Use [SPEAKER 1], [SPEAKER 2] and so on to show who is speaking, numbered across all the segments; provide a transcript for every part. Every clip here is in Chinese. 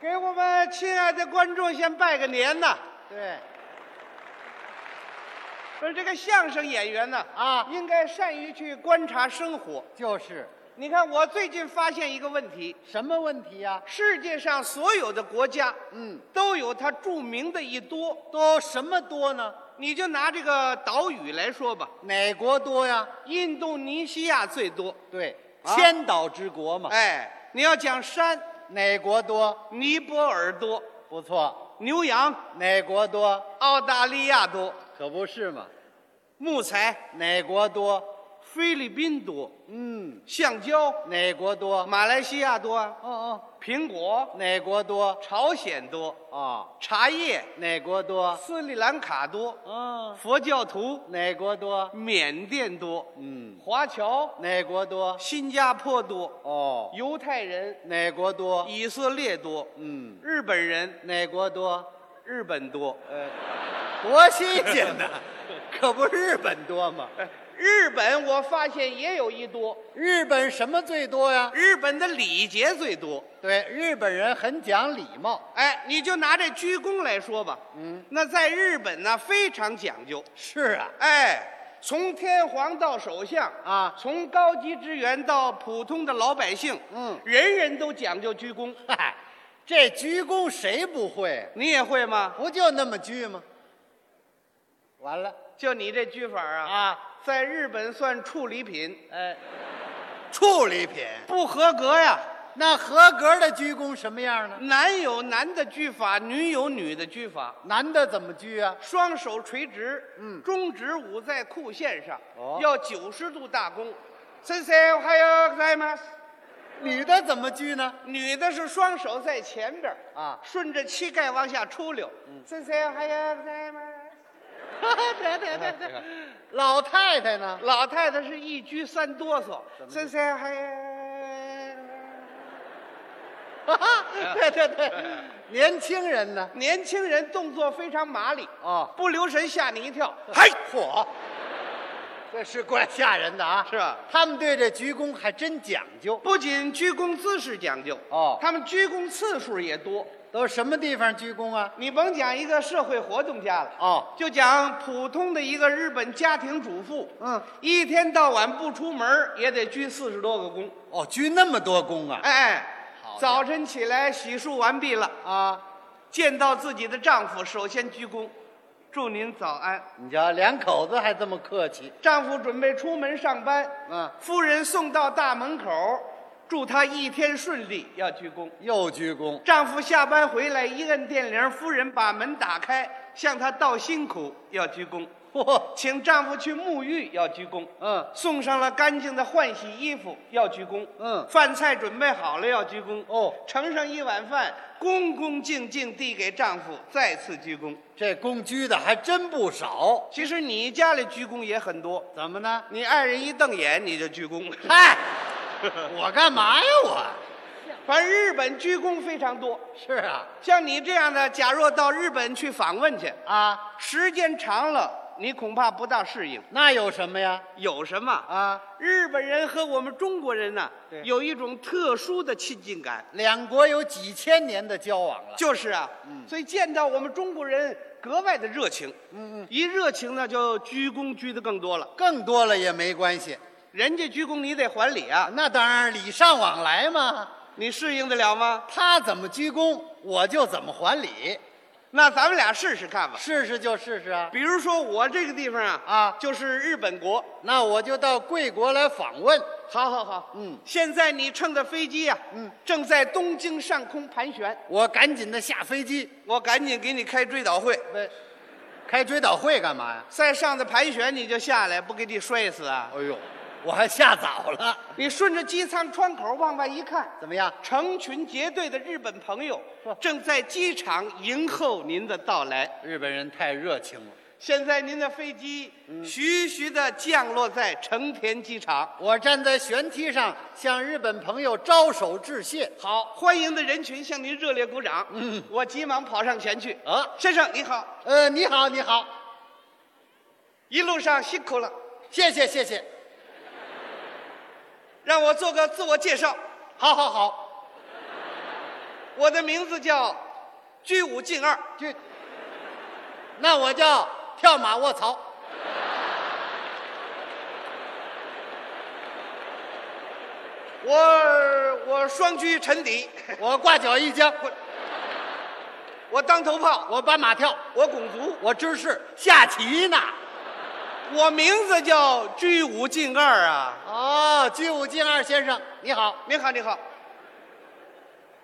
[SPEAKER 1] 给我们亲爱的观众先拜个年呐！
[SPEAKER 2] 对，
[SPEAKER 1] 说这个相声演员呢，
[SPEAKER 2] 啊
[SPEAKER 1] 应该善于去观察生活。
[SPEAKER 2] 就是
[SPEAKER 1] 你看，我最近发现一个问题：
[SPEAKER 2] 什么问题呀、
[SPEAKER 1] 世界上所有的国家，
[SPEAKER 2] 嗯，
[SPEAKER 1] 都有它著名的一多。
[SPEAKER 2] 都什么多呢？
[SPEAKER 1] 你就拿这个岛屿来说吧，
[SPEAKER 2] 哪国多呀？
[SPEAKER 1] 印度尼西亚最多。
[SPEAKER 2] 对，
[SPEAKER 1] 啊
[SPEAKER 2] 千岛之国嘛。
[SPEAKER 1] 哎，你要讲山，
[SPEAKER 2] 哪国多？
[SPEAKER 1] 尼泊尔多，
[SPEAKER 2] 不错。
[SPEAKER 1] 牛羊
[SPEAKER 2] 哪国多？
[SPEAKER 1] 澳大利亚多，
[SPEAKER 2] 可不是嘛。
[SPEAKER 1] 木材
[SPEAKER 2] 哪国多？
[SPEAKER 1] 菲律宾多，
[SPEAKER 2] 嗯，
[SPEAKER 1] 橡胶
[SPEAKER 2] 哪国多？
[SPEAKER 1] 马来西亚多啊，
[SPEAKER 2] 哦哦，
[SPEAKER 1] 苹果
[SPEAKER 2] 哪国多？
[SPEAKER 1] 朝鲜多，
[SPEAKER 2] 哦，
[SPEAKER 1] 茶叶
[SPEAKER 2] 哪国多？
[SPEAKER 1] 斯里兰卡多，
[SPEAKER 2] 嗯，
[SPEAKER 1] 佛教徒
[SPEAKER 2] 哪国多？
[SPEAKER 1] 缅甸多，
[SPEAKER 2] 嗯，
[SPEAKER 1] 华侨
[SPEAKER 2] 哪国多？
[SPEAKER 1] 新加坡多，
[SPEAKER 2] 哦，
[SPEAKER 1] 犹太人
[SPEAKER 2] 哪国多？
[SPEAKER 1] 以色列多，
[SPEAKER 2] 嗯，
[SPEAKER 1] 日本人
[SPEAKER 2] 哪国多？
[SPEAKER 1] 日本多，
[SPEAKER 2] 多新鲜呐！可不日本多吗？
[SPEAKER 1] 哎日本我发现也有一多，
[SPEAKER 2] 日本什么最多呀？
[SPEAKER 1] 日本的礼节最多。
[SPEAKER 2] 对，日本人很讲礼貌。
[SPEAKER 1] 哎，你就拿这鞠躬来说吧，
[SPEAKER 2] 嗯，
[SPEAKER 1] 那在日本呢非常讲究，
[SPEAKER 2] 是啊，
[SPEAKER 1] 哎，从天皇到首相
[SPEAKER 2] 啊
[SPEAKER 1] 从高级职员到普通的老百姓，
[SPEAKER 2] 嗯
[SPEAKER 1] 人人都讲究鞠躬。
[SPEAKER 2] 嗨，这鞠躬谁不会？
[SPEAKER 1] 你也会吗？
[SPEAKER 2] 不就那么鞠吗？完了
[SPEAKER 1] 就你这鞠法啊，
[SPEAKER 2] 啊，
[SPEAKER 1] 在日本算处理品，
[SPEAKER 2] 哎，处理品。
[SPEAKER 1] 不合格呀。
[SPEAKER 2] 那合格的鞠躬什么样呢？
[SPEAKER 1] 男有男的鞠法，女有女的鞠法，
[SPEAKER 2] 男的怎么鞠啊？
[SPEAKER 1] 双手垂直，
[SPEAKER 2] 嗯
[SPEAKER 1] 中指捂在裤线上，
[SPEAKER 2] 哦
[SPEAKER 1] 要九十度大躬。先生，还有在吗？
[SPEAKER 2] 女的怎么鞠呢？
[SPEAKER 1] 女的是双手在前边儿
[SPEAKER 2] 啊
[SPEAKER 1] 顺着膝盖往下出溜。
[SPEAKER 2] 嗯
[SPEAKER 1] 先生，还有在吗？
[SPEAKER 2] 对对对对，老太太呢？
[SPEAKER 1] 老太太是一鞠三哆嗦。
[SPEAKER 2] 怎么
[SPEAKER 1] 先生，还有。
[SPEAKER 2] 对对对，年轻人呢？
[SPEAKER 1] 年轻人动作非常麻利，
[SPEAKER 2] 哦，
[SPEAKER 1] 不留神吓你一跳，
[SPEAKER 2] 嗨，嚯，这是怪吓人的啊！
[SPEAKER 1] 是吧？
[SPEAKER 2] 他们对这鞠躬还真讲究，
[SPEAKER 1] 不仅鞠躬姿势讲究
[SPEAKER 2] 哦
[SPEAKER 1] 他们鞠躬次数也多。
[SPEAKER 2] 都什么地方鞠躬啊？
[SPEAKER 1] 你甭讲一个社会活动家了，
[SPEAKER 2] 哦，
[SPEAKER 1] 就讲普通的一个日本家庭主妇，
[SPEAKER 2] 嗯，
[SPEAKER 1] 一天到晚不出门儿也得鞠四十多个躬。
[SPEAKER 2] 哦，鞠那么多躬啊？
[SPEAKER 1] 哎
[SPEAKER 2] 好的，
[SPEAKER 1] 早晨起来洗漱完毕了，
[SPEAKER 2] 啊，
[SPEAKER 1] 见到自己的丈夫，首先鞠躬，祝您早安。
[SPEAKER 2] 你瞧，两口子还这么客气，
[SPEAKER 1] 丈夫准备出门上班，
[SPEAKER 2] 嗯
[SPEAKER 1] 夫人送到大门口，祝他一天顺利，要鞠躬。
[SPEAKER 2] 又鞠躬，
[SPEAKER 1] 丈夫下班回来，一摁电铃，夫人把门打开，向他道辛苦，要鞠躬。
[SPEAKER 2] 嚯，
[SPEAKER 1] 请丈夫去沐浴，要鞠躬。
[SPEAKER 2] 嗯，
[SPEAKER 1] 送上了干净的换洗衣服，要鞠躬。
[SPEAKER 2] 嗯
[SPEAKER 1] 饭菜准备好了，要鞠躬。
[SPEAKER 2] 哦
[SPEAKER 1] 盛上一碗饭，恭恭敬敬递给丈夫，再次鞠躬。
[SPEAKER 2] 这躬鞠的还真不少，
[SPEAKER 1] 其实你家里鞠躬也很多，
[SPEAKER 2] 怎么呢？
[SPEAKER 1] 你爱人一瞪眼你就鞠躬。
[SPEAKER 2] 嗨，我干嘛呀我？
[SPEAKER 1] 反正日本鞠躬非常多，
[SPEAKER 2] 是啊，
[SPEAKER 1] 像你这样的，假若到日本去访问去，
[SPEAKER 2] 啊，
[SPEAKER 1] 时间长了，你恐怕不大适应。
[SPEAKER 2] 那有什么呀？
[SPEAKER 1] 有什么？
[SPEAKER 2] 啊，
[SPEAKER 1] 日本人和我们中国人呢、
[SPEAKER 2] 对
[SPEAKER 1] 有一种特殊的亲近感。
[SPEAKER 2] 两国有几千年的交往了，
[SPEAKER 1] 就是啊，所以见到我们中国人格外的热情，
[SPEAKER 2] 嗯嗯，
[SPEAKER 1] 一热情呢就鞠躬鞠的更多了。
[SPEAKER 2] 更多了也没关系。
[SPEAKER 1] 人家鞠躬你得还礼啊，
[SPEAKER 2] 那当然，礼尚往来嘛。
[SPEAKER 1] 你适应得了吗？
[SPEAKER 2] 他怎么鞠躬，我就怎么还礼，
[SPEAKER 1] 那咱们俩试试看吧。
[SPEAKER 2] 试试就试试啊。
[SPEAKER 1] 比如说我这个地方啊，
[SPEAKER 2] 啊
[SPEAKER 1] 就是日本国。
[SPEAKER 2] 那我就到贵国来访问。
[SPEAKER 1] 好好好，
[SPEAKER 2] 嗯
[SPEAKER 1] 现在你乘的飞机啊，
[SPEAKER 2] 嗯，
[SPEAKER 1] 正在东京上空盘旋，
[SPEAKER 2] 我赶紧的下飞机，
[SPEAKER 1] 我赶紧给你开追悼会。
[SPEAKER 2] 喂，开追悼会干嘛呀？
[SPEAKER 1] 再上的盘旋你就下来，不给你摔死啊！
[SPEAKER 2] 哎呦，我还下早了。
[SPEAKER 1] 你顺着机舱窗口往外一看，
[SPEAKER 2] 怎么样？
[SPEAKER 1] 成群结队的日本朋友
[SPEAKER 2] 呵
[SPEAKER 1] 正在机场迎候您的到来。
[SPEAKER 2] 日本人太热情了。
[SPEAKER 1] 现在您的飞机
[SPEAKER 2] 嗯
[SPEAKER 1] 徐徐地降落在成田机场，
[SPEAKER 2] 我站在舷梯上，向日本朋友招手致谢。
[SPEAKER 1] 好，欢迎的人群向您热烈鼓掌。嗯，我急忙跑上前去。
[SPEAKER 2] 啊，
[SPEAKER 1] 先生你好，
[SPEAKER 2] 呃，你好，你好，
[SPEAKER 1] 一路上辛苦了，
[SPEAKER 2] 谢谢，谢谢。
[SPEAKER 1] 让我做个自我介绍。
[SPEAKER 2] 好好好，
[SPEAKER 1] 我的名字叫居五进二，
[SPEAKER 2] 这，那我叫跳马卧槽。
[SPEAKER 1] 我我双居沉底，
[SPEAKER 2] 我挂脚一僵，
[SPEAKER 1] 我当头炮，
[SPEAKER 2] 我搬马跳，
[SPEAKER 1] 我拱卒，
[SPEAKER 2] 我知识下棋呢。
[SPEAKER 1] 我名字叫居五进二啊。
[SPEAKER 2] 哦，居五进二先生，你好。
[SPEAKER 1] 您好，您好。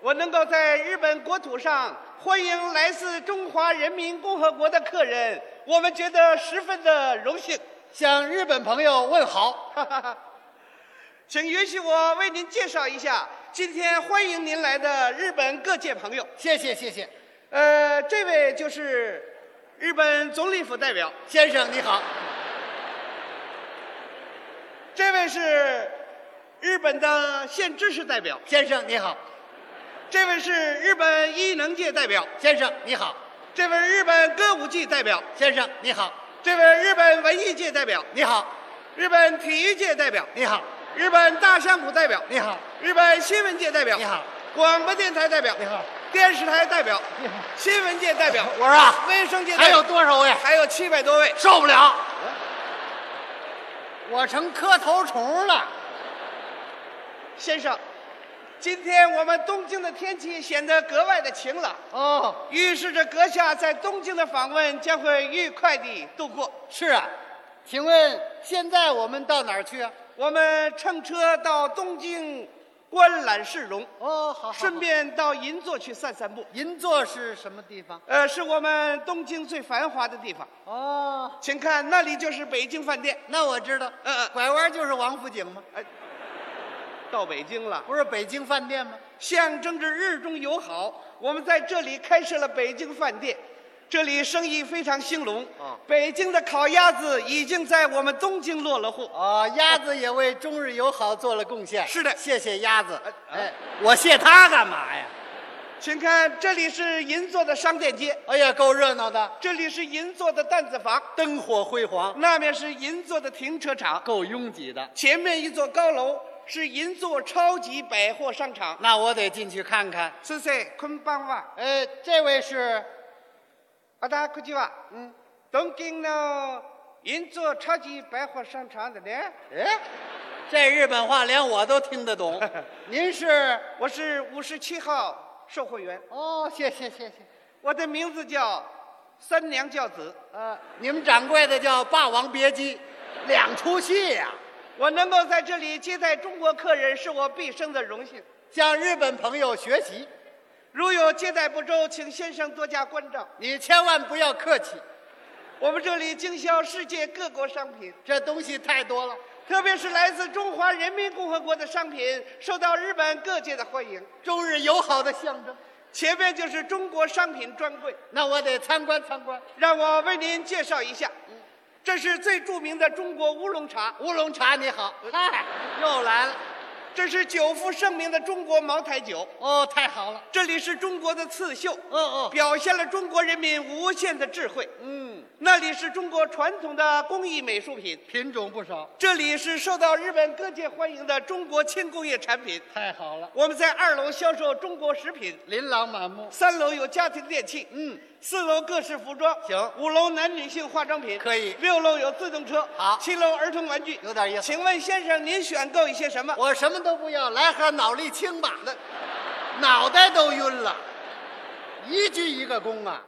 [SPEAKER 1] 我能够在日本国土上欢迎来自中华人民共和国的客人，我们觉得十分的荣幸。
[SPEAKER 2] 向日本朋友问好。
[SPEAKER 1] 请允许我为您介绍一下今天欢迎您来的日本各界朋友。
[SPEAKER 2] 谢谢谢谢，
[SPEAKER 1] 呃，这位就是日本总理府代表，
[SPEAKER 2] 先生你好。
[SPEAKER 1] 这位是日本的县知事代表，
[SPEAKER 2] 先生你好，
[SPEAKER 1] 这位是日本艺能界代表，
[SPEAKER 2] 先生你好，
[SPEAKER 1] 这位日本歌舞伎代表，
[SPEAKER 2] 先生你好，
[SPEAKER 1] 这位日本文艺界代表，
[SPEAKER 2] 你好，
[SPEAKER 1] 日本体育界代表，
[SPEAKER 2] 你好，
[SPEAKER 1] 日本大相扑代表，
[SPEAKER 2] 你好，
[SPEAKER 1] 日本新闻界代表，
[SPEAKER 2] 你好，
[SPEAKER 1] 广播电台代表，
[SPEAKER 2] 你好，
[SPEAKER 1] 电视台代表，新闻界代表，
[SPEAKER 2] 我说啊，
[SPEAKER 1] 卫生界代
[SPEAKER 2] 还
[SPEAKER 1] 表
[SPEAKER 2] 有多少位？
[SPEAKER 1] 还有七百多位，
[SPEAKER 2] 受不了，我成磕头虫了。
[SPEAKER 1] 先生，今天我们东京的天气显得格外的晴朗，
[SPEAKER 2] 哦，
[SPEAKER 1] 预示着阁下在东京的访问将会愉快地度过。
[SPEAKER 2] 是啊，请问现在我们到哪儿去啊？
[SPEAKER 1] 我们乘车到东京观览市容，
[SPEAKER 2] 哦，好，
[SPEAKER 1] 顺便到银座去散散步。
[SPEAKER 2] 银座是什么地方？
[SPEAKER 1] 呃，是我们东京最繁华的地方，
[SPEAKER 2] 哦，
[SPEAKER 1] 请看那里就是北京饭店。
[SPEAKER 2] 那我知道，
[SPEAKER 1] 嗯嗯，
[SPEAKER 2] 拐弯就是王府井吗？
[SPEAKER 1] 到北京了，
[SPEAKER 2] 不是北京饭店吗？
[SPEAKER 1] 象征着日中友好，我们在这里开设了北京饭店，这里生意非常兴隆。
[SPEAKER 2] 哦
[SPEAKER 1] 北京的烤鸭子已经在我们东京落了户。
[SPEAKER 2] 哦，鸭子也为中日友好做了贡献。
[SPEAKER 1] 是的
[SPEAKER 2] 谢谢鸭子。
[SPEAKER 1] 哎
[SPEAKER 2] 哎，我谢他干嘛呀？
[SPEAKER 1] 请看，这里是银座的商店街，
[SPEAKER 2] 哎呀，够热闹的，
[SPEAKER 1] 这里是银座的担子房，
[SPEAKER 2] 灯火辉煌，
[SPEAKER 1] 那面是银座的停车场，
[SPEAKER 2] 够拥挤的。
[SPEAKER 1] 前面一座高楼是银座超级百货商场。啊
[SPEAKER 2] 那我得进去看看。
[SPEAKER 1] 是谁？昆邦哇，
[SPEAKER 2] 呃，这位是
[SPEAKER 1] 阿达科吉哇。
[SPEAKER 2] 嗯，
[SPEAKER 1] 东京呢，银座超级百货商场的呢？
[SPEAKER 2] 哎，这日本话连我都听得 懂。您是？
[SPEAKER 1] 我是五十七号售货员，
[SPEAKER 2] 哦，谢谢谢谢。
[SPEAKER 1] 我的名字叫三娘教子。
[SPEAKER 2] 呃，你们掌柜的叫《霸王别姬》，两出戏呀、
[SPEAKER 1] 我能够在这里接待中国客人，是我毕生的荣幸。
[SPEAKER 2] 向日本朋友学习，
[SPEAKER 1] 如有接待不周，请先生多加关照。
[SPEAKER 2] 你千万不要客气，
[SPEAKER 1] 我们这里经销世界各国商品，
[SPEAKER 2] 这东西太多了。
[SPEAKER 1] 特别是来自中华人民共和国的商品，受到日本各界的欢迎。
[SPEAKER 2] 中日友好的象征。
[SPEAKER 1] 前面就是中国商品专柜，
[SPEAKER 2] 那我得参观参观
[SPEAKER 1] 让我为您介绍一下。这是最著名的中国乌龙茶，
[SPEAKER 2] 乌龙茶。你好，嗨，又来了。
[SPEAKER 1] 这是久负盛名的中国茅台酒，
[SPEAKER 2] 哦，太好了。
[SPEAKER 1] 这里是中国的刺绣，
[SPEAKER 2] 哦哦，
[SPEAKER 1] 表现了中国人民无限的智慧。
[SPEAKER 2] 嗯，
[SPEAKER 1] 那里是中国传统的工艺美术品，
[SPEAKER 2] 品种不少，
[SPEAKER 1] 这里是受到日本各界欢迎的中国轻工业产品。
[SPEAKER 2] 太好了，
[SPEAKER 1] 我们在二楼销售中国食品，
[SPEAKER 2] 琳琅满目。
[SPEAKER 1] 三楼有家庭电器，
[SPEAKER 2] 嗯，
[SPEAKER 1] 四楼各式服装，
[SPEAKER 2] 行
[SPEAKER 1] 五楼男女性化妆品，
[SPEAKER 2] 可以
[SPEAKER 1] 六楼有自动车，
[SPEAKER 2] 好
[SPEAKER 1] 七楼儿童玩具，
[SPEAKER 2] 有点意思
[SPEAKER 1] 请问先生，您选购一些什么？
[SPEAKER 2] 我什么都不要，来盒脑力清吧。那脑袋都晕了，一鞠一个躬啊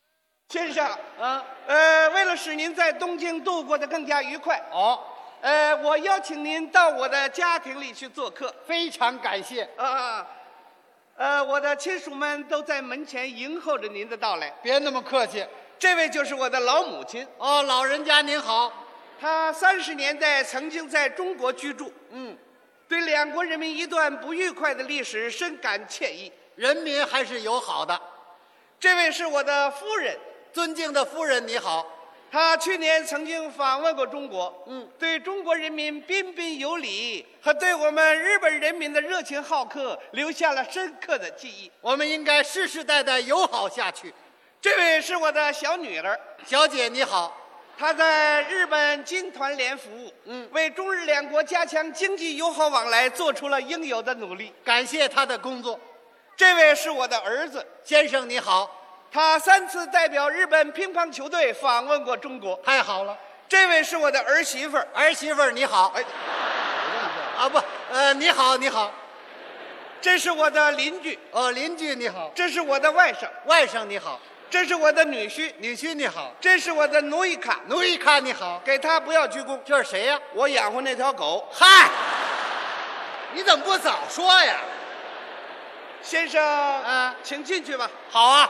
[SPEAKER 1] 先生，
[SPEAKER 2] 啊！
[SPEAKER 1] 呃，为了使您在东京度过得更加愉快，
[SPEAKER 2] 哦，
[SPEAKER 1] 呃，我邀请您到我的家庭里去做客。
[SPEAKER 2] 非常感谢，
[SPEAKER 1] 啊，呃，我的亲属们都在门前迎候着您的到来。
[SPEAKER 2] 别那么客气。
[SPEAKER 1] 这位就是我的老母亲，
[SPEAKER 2] 哦，老人家您好，
[SPEAKER 1] 她三十年代曾经在中国居住，
[SPEAKER 2] 嗯，
[SPEAKER 1] 对两国人民一段不愉快的历史深感歉意。
[SPEAKER 2] 人民还是友好的。
[SPEAKER 1] 这位是我的夫人，
[SPEAKER 2] 尊敬的夫人你好，
[SPEAKER 1] 她去年曾经访问过中国，
[SPEAKER 2] 嗯，
[SPEAKER 1] 对中国人民彬彬有礼和对我们日本人民的热情好客留下了深刻的记忆。
[SPEAKER 2] 我们应该世世代代友好下去。
[SPEAKER 1] 这位是我的小女儿，
[SPEAKER 2] 小姐你好，
[SPEAKER 1] 他在日本金团联服务，
[SPEAKER 2] 嗯
[SPEAKER 1] 为中日两国加强经济友好往来做出了应有的努力。
[SPEAKER 2] 感谢她的工作。
[SPEAKER 1] 这位是我的儿子，
[SPEAKER 2] 先生你好，
[SPEAKER 1] 他三次代表日本乒乓球队访问过中国。
[SPEAKER 2] 太好了。
[SPEAKER 1] 这位是我的儿媳妇儿，
[SPEAKER 2] 儿媳妇儿你好，
[SPEAKER 1] 哎
[SPEAKER 2] 啊不，呃你好你好，
[SPEAKER 1] 这是我的邻居，
[SPEAKER 2] 哦邻居你好，
[SPEAKER 1] 这是我的外甥，
[SPEAKER 2] 外甥你好，
[SPEAKER 1] 这是我的女婿，
[SPEAKER 2] 女婿你好，
[SPEAKER 1] 这是我的奴役卡，
[SPEAKER 2] 奴役看你好，
[SPEAKER 1] 给他不要鞠躬。
[SPEAKER 2] 这是谁呀、
[SPEAKER 1] 我养活那条狗，
[SPEAKER 2] 嗨，你怎么不早说呀？
[SPEAKER 1] 先生，
[SPEAKER 2] 啊
[SPEAKER 1] 请进去吧，
[SPEAKER 2] 好啊，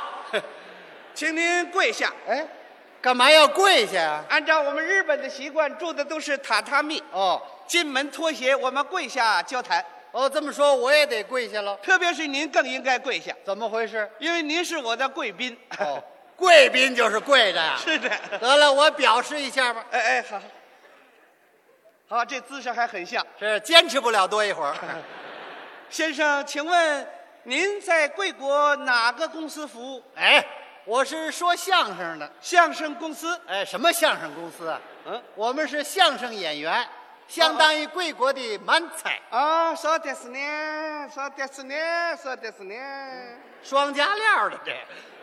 [SPEAKER 1] 请您跪下。
[SPEAKER 2] 哎，干嘛要跪下呀、
[SPEAKER 1] 按照我们日本的习惯，住的都是榻榻米，
[SPEAKER 2] 哦
[SPEAKER 1] 进门脱鞋，我们跪下交谈。
[SPEAKER 2] 哦，这么说我也得跪下了，
[SPEAKER 1] 特别是您更应该跪下，
[SPEAKER 2] 怎么回事？
[SPEAKER 1] 因为您是我的贵宾。
[SPEAKER 2] 哦， 贵宾就是跪着呀、
[SPEAKER 1] 是的。
[SPEAKER 2] 得了，我表示一下吧，
[SPEAKER 1] 哎哎，好，好，这姿势还很像。
[SPEAKER 2] 这坚持不了多一会儿。
[SPEAKER 1] 先生，请问您在贵国哪个公司服务？
[SPEAKER 2] 哎，我是说相声的。
[SPEAKER 1] 相声公司。
[SPEAKER 2] 哎，什么相声公司啊？
[SPEAKER 1] 嗯，
[SPEAKER 2] 我们是相声演员，相当于贵国的满彩，
[SPEAKER 1] 啊，そうですね、そうですね、そうですね。
[SPEAKER 2] 双加料的这。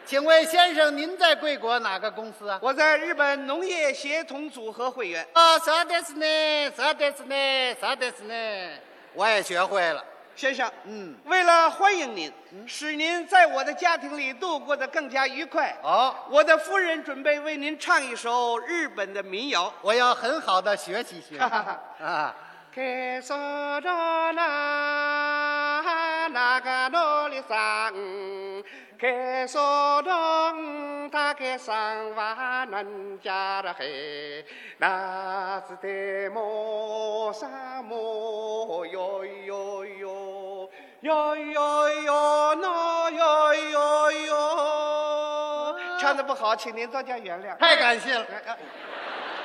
[SPEAKER 2] 请问先生，您在贵国哪个公司啊？
[SPEAKER 1] 我在日本农业协同组合会员。
[SPEAKER 2] 啊，啥的是呢？啥的是呢？啥的是呢？我也学会了。
[SPEAKER 1] 先生，
[SPEAKER 2] 嗯，
[SPEAKER 1] 为了欢迎您，使您在我的家庭里度过得更加愉快，
[SPEAKER 2] 哦，
[SPEAKER 1] 我的夫人准备为您唱一首日本的民谣。
[SPEAKER 2] 我要很好的学习学习 啊。
[SPEAKER 1] けそろな長野里さんけそろんたけさんはなんちゃらへ夏でもさもよいよいよよいよいよのよいよいよ唱的不好，请您多加原谅。
[SPEAKER 2] 太感谢了，
[SPEAKER 1] 哎哎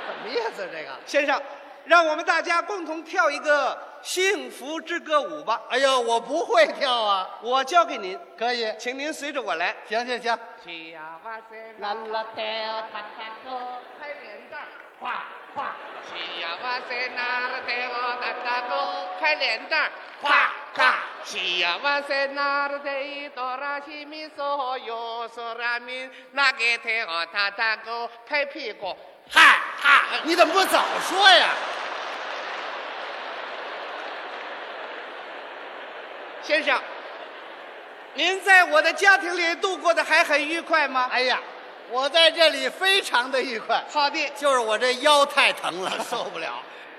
[SPEAKER 2] 什么意思这个？
[SPEAKER 1] 先生，让我们大家共同跳一个《幸福之歌舞》吧，
[SPEAKER 2] 哎呦，我不会跳啊。
[SPEAKER 1] 我交给您，
[SPEAKER 2] 可以，
[SPEAKER 1] 请您随着我来。
[SPEAKER 2] 行行行。
[SPEAKER 3] 啦啦跳，踏踏歌，
[SPEAKER 1] 拍脸蛋，
[SPEAKER 3] 哗哗
[SPEAKER 1] 喜呀哇塞那拉得我哒哒勾，拍脸蛋，
[SPEAKER 3] 哗哗，
[SPEAKER 1] 喜呀哇塞那拉得一哆啦西咪嗦哟嗦啦咪，那给得我哒哒勾，拍屁股。
[SPEAKER 2] 嗨嗨，你怎么不早说呀？
[SPEAKER 1] 先生，您在我的家庭里度过的还很愉快吗？
[SPEAKER 2] 哎呀，我在这里非常的愉快，
[SPEAKER 1] 好的，
[SPEAKER 2] 就是我这腰太疼了， 受不了。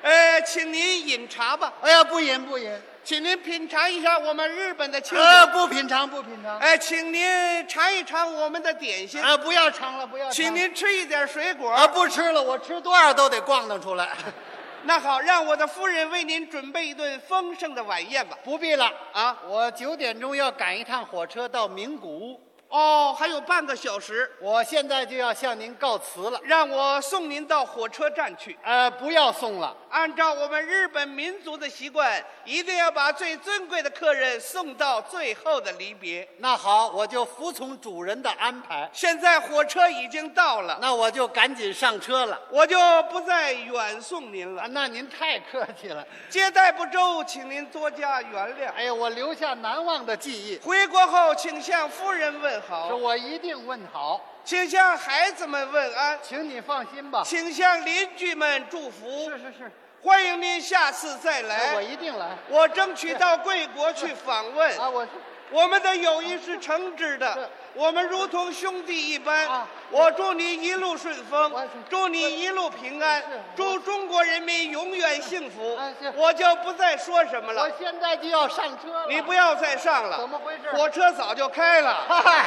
[SPEAKER 1] 呃，请您饮茶吧。
[SPEAKER 2] 哎呀，不饮不饮，
[SPEAKER 1] 请您品尝一下我们日本的清酒。
[SPEAKER 2] 呃，不品尝不品尝，
[SPEAKER 1] 哎，请您尝一尝我们的点心，
[SPEAKER 2] 啊，不要尝了不要尝了。
[SPEAKER 1] 请您吃一点水果。
[SPEAKER 2] 啊，不吃了，我吃多少都得逛荡出来，
[SPEAKER 1] 那好，让我的夫人为您准备一顿丰盛的晚宴吧。
[SPEAKER 2] 不必了。
[SPEAKER 1] 啊，
[SPEAKER 2] 我九点钟要赶一趟火车到名古屋，
[SPEAKER 1] 哦，还有半个小时，
[SPEAKER 2] 我现在就要向您告辞了。
[SPEAKER 1] 让我送您到火车站去。
[SPEAKER 2] 呃，不要送了，
[SPEAKER 1] 按照我们日本民族的习惯，一定要把最尊贵的客人送到最后的离别。
[SPEAKER 2] 那好，我就服从主人的安排，
[SPEAKER 1] 现在火车已经到了，
[SPEAKER 2] 那我就赶紧上车了。
[SPEAKER 1] 我就不再远送您
[SPEAKER 2] 啊，
[SPEAKER 1] 了。
[SPEAKER 2] 那您太客气了。
[SPEAKER 1] 接待不周，请您多加原谅。
[SPEAKER 2] 哎呀，我留下难忘的记忆，
[SPEAKER 1] 回国后，请向夫人问
[SPEAKER 2] 这
[SPEAKER 1] 好，
[SPEAKER 2] 我一定问好，
[SPEAKER 1] 请向孩子们问安，
[SPEAKER 2] 请你放心吧。
[SPEAKER 1] 请向邻居们祝福
[SPEAKER 2] 是。是是，
[SPEAKER 1] 欢迎您下次再
[SPEAKER 2] 哎我
[SPEAKER 1] 来。
[SPEAKER 2] 一定来。
[SPEAKER 1] 我争取到贵国去访问。
[SPEAKER 2] 啊，我是
[SPEAKER 1] 我们的友谊是诚挚的
[SPEAKER 2] 是，
[SPEAKER 1] 我们如同兄弟一般
[SPEAKER 2] 啊。
[SPEAKER 1] 我祝您一路顺风
[SPEAKER 2] 我是，
[SPEAKER 1] 祝您一路平安
[SPEAKER 2] 是，
[SPEAKER 1] 祝中国人民永远幸福
[SPEAKER 2] 啊是。
[SPEAKER 1] 我就不再说什么
[SPEAKER 2] 我
[SPEAKER 1] 了，
[SPEAKER 2] 现在就要上车了。
[SPEAKER 1] 你不要再上了。
[SPEAKER 2] 怎么回事
[SPEAKER 1] 火车早就开了。
[SPEAKER 2] 嗨，